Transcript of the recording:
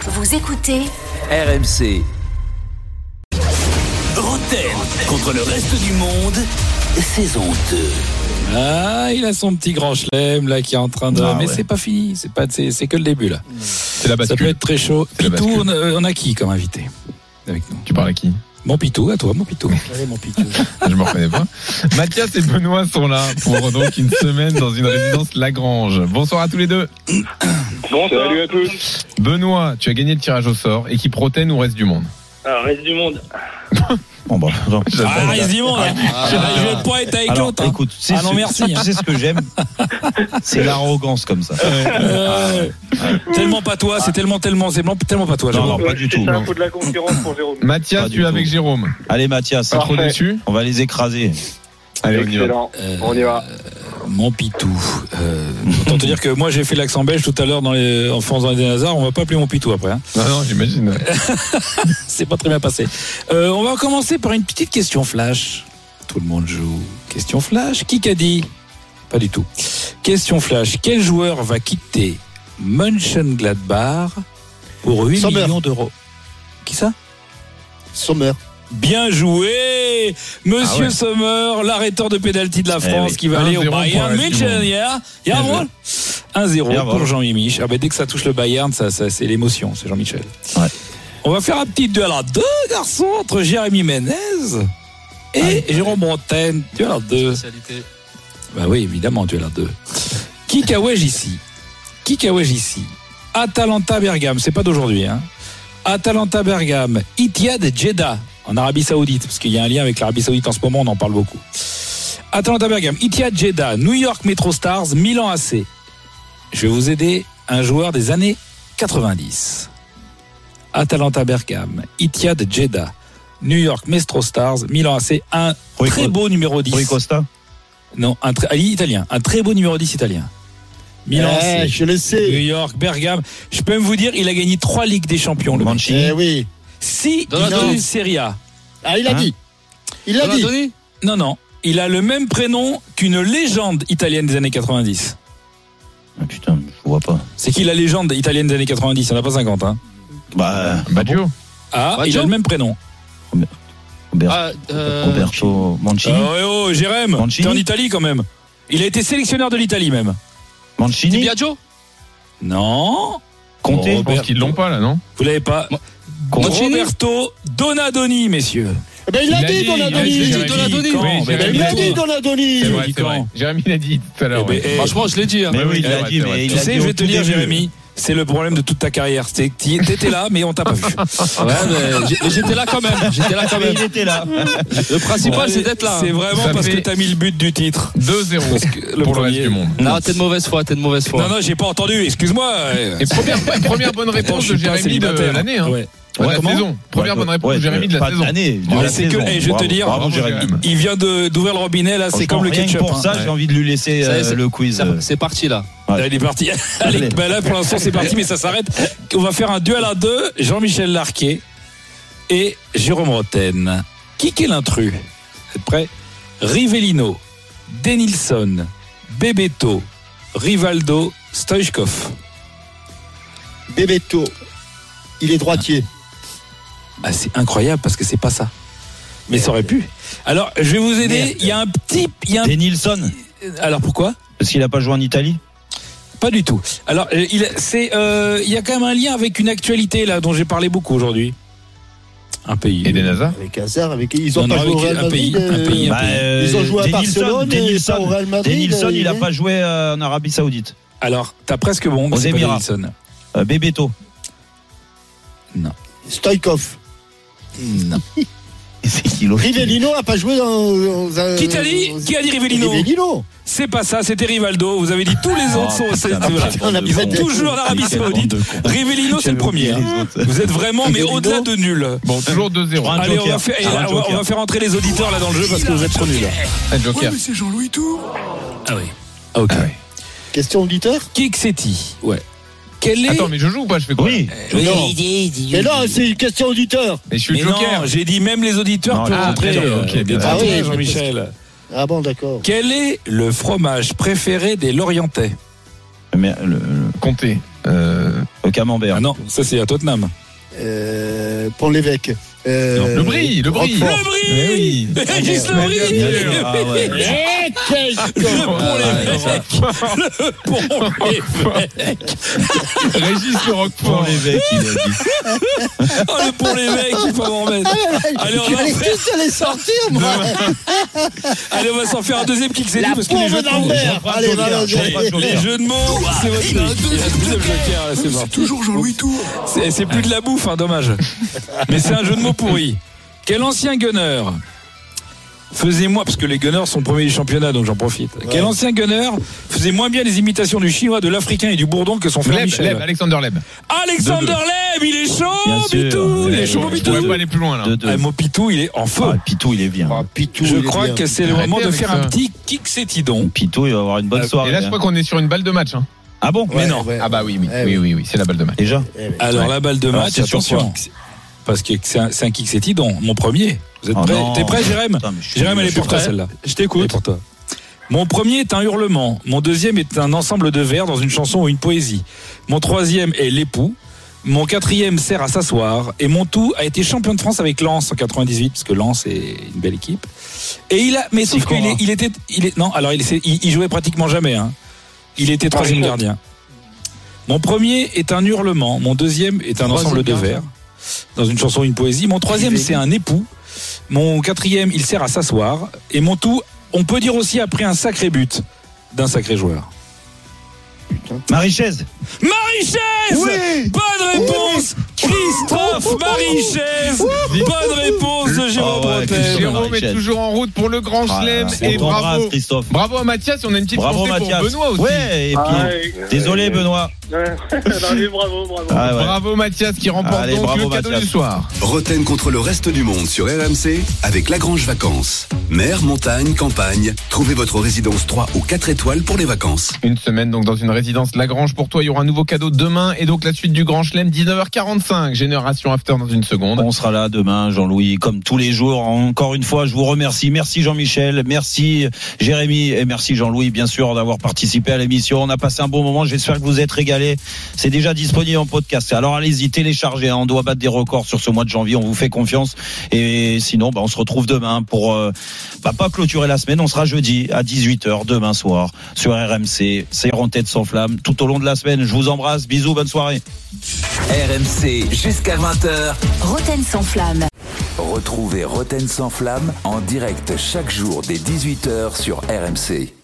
Vous écoutez RMC. Roten contre le reste du monde, saison 2. Ah, il a son petit grand chelem là qui est en train de. Ah, Mais ouais. c'est pas fini, c'est pas, c'est c'est que le début là. C'est la Ça peut bascule. être très chaud. C'est la Pitou, bascule. on a, on a qui comme invité avec nous Tu parles à qui Mon Pitou, à toi, mon Pitou. Je me reconnais pas. Mathias et Benoît sont là pour donc une semaine dans une résidence Lagrange. Bonsoir à tous les deux. Bonsoir. Salut à tous. Benoît, tu as gagné le tirage au sort. Équipe Roten ou reste du monde Alors, Ah, reste du monde. Bon, bon, genre, Ah, résumons, hein. je vais pas être avec alors, l'autre. hein. écoute, tu sais Ah non, ce- merci, tu hein. sais ce que j'aime, c'est l'arrogance comme ça. Euh, Tellement pas toi, c'est tellement, tellement, c'est tellement, tellement pas toi. Non, Jérôme. non, pas du C'est tout. ça, non. faut de la concurrence pour Jérôme. Mathias, Pas du tu es avec tout. Jérôme. Allez, Mathias, Pas trop Parfait. déçu on va les écraser. Allez, on y va. Euh, On y va. Mon Pitou. Euh, autant te dire que moi j'ai fait l'accent belge tout à l'heure dans les, en France dans les Nazars, on va pas appeler mon Pitou après. hein. Non, non, j'imagine. C'est pas très bien passé. Euh, on va commencer par une petite question flash. Tout le monde joue. Question flash. Qui qu'a dit Pas du tout. Question flash. Quel joueur va quitter Mönchengladbach pour 8 Sommer. millions d'euros Qui ça Sommer. Bien joué Monsieur Ah ouais. Sommer, l'arrêteur de pénalty de la Eh France oui. qui va aller au 1-0 pour Bayern la Ligue du München. Monde. yeah. Yeah, Bien moi. 1-0 Bien, pour bravo. Jean-Mimich. Ah ben, dès que ça touche le Bayern, ça, ça, c'est l'émotion, c'est Jean-Michel. Ouais. On va faire un petit duel à deux, garçons, entre Jérémy Ménez et Jérôme Bretagne. Duel à deux. Bah oui, évidemment, duel à deux. Qui cahouège ici Qui cahouège ici Atalanta Bergame, c'est pas d'aujourd'hui. Hein. Atalanta Bergame, Itiad Jeddah en Arabie Saoudite, parce qu'il y a un lien avec l'Arabie Saoudite en ce moment, on en parle beaucoup. Atalanta Bergame, Itiad Jeddah, New York Metro Stars, Milan AC. Je vais vous aider un joueur des années 90. Atalanta Bergame, Itiad Jeddah, New York Metro Stars, Milan AC, un Rui très Co- beau numéro 10. Rui Costa Non, un très- ah, italien, un très beau numéro 10 italien. Milan Eh, AC. je le New sais. York, Bergame. Je peux même vous dire, il a gagné trois Ligues des Champions. Le mec. Mancini Hmm Eh oui. Si il Donato. a une Serie A. Ah, il a Hein dit. Il l'a dit. Non, non. Il a le même prénom qu'une légende italienne des années 90. Ah, Putain, je vois pas. C'est qui la légende italienne des années 90 Il n'y en a pas 50. Hein. Bah, Badio Ah, Baggio il a le même prénom. Robert- Ah, euh, Roberto Mancini. Ah, ouais, oh, Jérém, Mancini. t'es en Italie quand même. Il a été sélectionneur de l'Italie même. Mancini Non, Conte Je pense qu'ils l'ont pas là, non vous l'avez pas. Roberto Donadoni, messieurs. Eh ben, il l'a dit, il Donadoni. a dit, Jérémy. Quand Oui, Ben, Eh Il Jérémy. l'a Jérémy. dit, Donadoni. C'est vrai, c'est Quand vrai. Jérémy l'a dit tout à l'heure. Eh ben, oui. eh, je l'ai dit. hein. Mais oui, il c'est l'a vrai, dit, c'est vrai. mais il Tu l'a sais, dit. je au vais te tout dire, début. Jérémy, c'est le problème de toute ta carrière. C'est que t'y- T'étais là, mais on t'a pas vu. Ouais, mais j'ai- mais j'étais là quand même. J'étais là quand Mais même. il était là. Le principal, c'est d'être là. C'est vraiment Ça parce fait- que t'as mis le but du titre. 2-0 Le pour eh, le reste premier. du monde. Non, t'es de mauvaise foi. T'es de mauvaise foi. Non, non, j'ai pas entendu, excuse-moi. Et première, première bonne réponse Je de suis pas Jérémy de célibataire. l'année. Hein. Ouais. De la Comment saison. Première Ouais, bonne réponse ouais, de Jérémy de la pas saison. l'année, de Mais la c'est que- saison. eh, je vais te Bravo, dire- Bravo, Jérémy. Il vient de- d'ouvrir le robinet, là, c'est comme le Franchement, rien que ketchup. Pour hein. ça, j'ai envie de lui laisser Ça y est, euh, c'est- le quiz. euh, C'est parti là. Ouais. Là, il est parti. Allez, Allez. ben là, pour l'instant, c'est parti, mais ça s'arrête. On va faire un duel à deux. Jean-Michel Larquet et Jérôme Roten. Qui est l'intrus Vous êtes prêts Rivellino, Denilson, Bebeto, Rivaldo, Stoichkov. Bebeto. Il est droitier. Ah, c'est incroyable parce que c'est pas ça. Mais ça aurait pu. Alors, je vais vous aider. Merde. Il y a un petit. il y a un- Denilson, Alors, pourquoi parce qu'il n'a pas joué en Italie. Pas du tout. Alors, euh, il, c'est, euh, il y a quand même un lien avec une actualité là dont j'ai parlé beaucoup aujourd'hui. Un pays. Eh Et des NASA Avec Hazard, avec ils ont Non, pas non, joué au avec Real un pays, Madrid. un euh, pays. Bah, euh, Ils ont joué à Denilson, Barcelone, Denilson, pas au Real Madrid. Denilson, euh, il n'a est- pas joué euh, en Arabie Saoudite. Alors, Alors, t'as presque bon. mais Aux c'est pas Émirats. Wilson. Euh, Bebeto. Stoïkov. Non. C'est qui l'autre Rivellino n'a pas joué dans. dans- Qui t'a dit dans- Qui a dit Rivellino Rivellino. C'est pas ça. C'était Rivaldo. Vous avez dit tous les Oh, autres sont. c'est- voilà. on a Ils ont toujours l'Arabie Saoudite. Rivellino, c'est le premier. hein. Vous êtes vraiment, mais Rivellino. au-delà de nul. Bon, toujours Prends 2-0. un Allez, on va, joker. faire, et Prends un là, on va- on joker. va faire entrer les auditeurs là dans le jeu parce que vous êtes trop nuls. Un joker. c'est Jean-Louis Tour. Ah oui. Ok. Ah ouais. Question auditeur Qui que c'est-il Ouais. Quel est Attends, mais je joue ou pas Je fais quoi Oui, Non. Mais non, c'est une question auditeur. Mais je suis Mais le joker. non, j'ai dit même les auditeurs Non, peuvent ah, entrer. d'accord, euh, ok, bien des d'accord. tatouages, Ah oui, Jean-Michel. Ah bon, d'accord. Quel est le fromage préféré des Lorientais mais le- le- Comptez. Euh, Au camembert. Ah non, ça c'est à Tottenham. Euh, Pont l'évêque. Euh, Le bris, le bris. Roquefort. Mais oui. Régis Le Brie. Bien Eh sûr. Ah ouais. Eh, quel Ah, Le con. pont l'évêque. Pont l'évêque. Régis le Roquefort. Pour les mecs, il a dit. Oh, le pont l'évêque, il faut m'en remettre. Allez, on Je va vais faire- tous les sortir, moi. Allez, on va s'en faire un deuxième kick, c'est La parce que les jeux pauvre de mots. d'Ambert. Allez, va, Les- Les jeux de mots, c'est votre il a un truc. Il y a un deuxième deuxième joker. joker, là, c'est C'est parti. toujours Jean-Louis Tour. C'est c'est plus de la bouffe, hein, dommage. Mais c'est un jeu de mots pourri. Quel ancien gunner faisait moins, parce que les gunners sont premiers du championnat, donc j'en profite. Quel ancien gunner faisait moins bien les imitations du chinois, de l'africain et du bourdon que son frère Leb, Michel Leb, Alexander Leb. Alexander De deux. Leb, il est Bien chaud, sûr. Pitou Il est chaud, Ouais, Je Pitou pourrais pas aller plus loin là. Deux, deux. Ah, Mopitou, il est en feu. Ah, Pitou, il est bien. Pitou, Je il est crois bien. que c'est le Arrêtez moment de avec faire ça. un petit kick sétidon. Pitou, il va avoir une bah, bonne soirée. Et là, je hein. crois qu'on est sur une balle de match. hein. Ah bon Ouais, Mais non. ouais. Ah bah oui, oui, Eh oui, oui, oui, c'est la balle de match. Déjà Eh oui. Alors la balle de Alors, match, c'est sur attention. quoi Parce que c'est un, c'est un kick sétidon, mon premier. Vous êtes Oh prêts non. T'es prêt, Jérém Putain, mais je suis Jérém, nul, elle je est suis pour toi prêt. celle-là. Je t'écoute. pour toi. Mon premier est un hurlement. Mon deuxième est un ensemble de vers dans une chanson ou une poésie. Mon troisième est l'époux. Mon quatrième sert à s'asseoir. Et mon tout a été champion de France avec Lens en 98, parce que Lens est une belle équipe. Et il a, mais sauf con, qu'il est- hein. il était, il est, non, alors il, s'est- il, il jouait pratiquement jamais. Hein. Il était troisième gardien. Mon premier est un hurlement. Mon deuxième est un Troisième ensemble de gardien. vers dans une chanson ou une poésie. Mon troisième, c'est un époux. Mon quatrième, il sert à s'asseoir. Et mon tout, on peut dire aussi après un sacré but d'un sacré joueur. Marie-Chaise Marie Bonne réponse Christophe Marie Bonne réponse de Jérôme Ah ouais, Bretel. Christophe. Jérôme est Michel. toujours en route pour le Grand Ah, Chelem c'est et ton bravo. brave, Christophe. Bravo à Mathias, on a une petite Bravo, pensée Mathias. pour Benoît aussi. Ouais, et puis. Ah, Désolé, Benoît. bravo, bravo. Ah ouais. Bravo Mathias qui remporte Allez, donc bravo, le cadeau Mathias. du soir. Roten contre le reste du monde sur RMC avec Lagrange Vacances. Mer, montagne, campagne, trouvez votre résidence 3 ou 4 étoiles pour les vacances. Une semaine donc dans une résidence Lagrange pour toi. Il y aura un nouveau cadeau demain et donc la suite du Grand Chelem 19h45. Génération After dans une seconde. On sera là demain, Jean-Louis, comme tous les jours. Encore une fois, je vous remercie. Merci Jean-Michel, merci Jérémy et merci Jean-Louis, bien sûr, d'avoir participé à l'émission. On a passé un bon moment. J'espère que vous êtes régalés. C'est déjà disponible en podcast. Alors allez-y, téléchargez. hein. On doit battre des records sur ce mois de janvier. On vous fait confiance. Et sinon, bah, on se retrouve demain pour euh, bah, pas clôturer la semaine. On sera jeudi à 18h demain soir sur RMC. C'est en tête sans flamme tout au long de la semaine. Je vous embrasse. Bisous, bonne soirée. RMC jusqu'à 20h. Roten sans flamme. Retrouvez Roten sans flamme en direct chaque jour dès 18h sur RMC.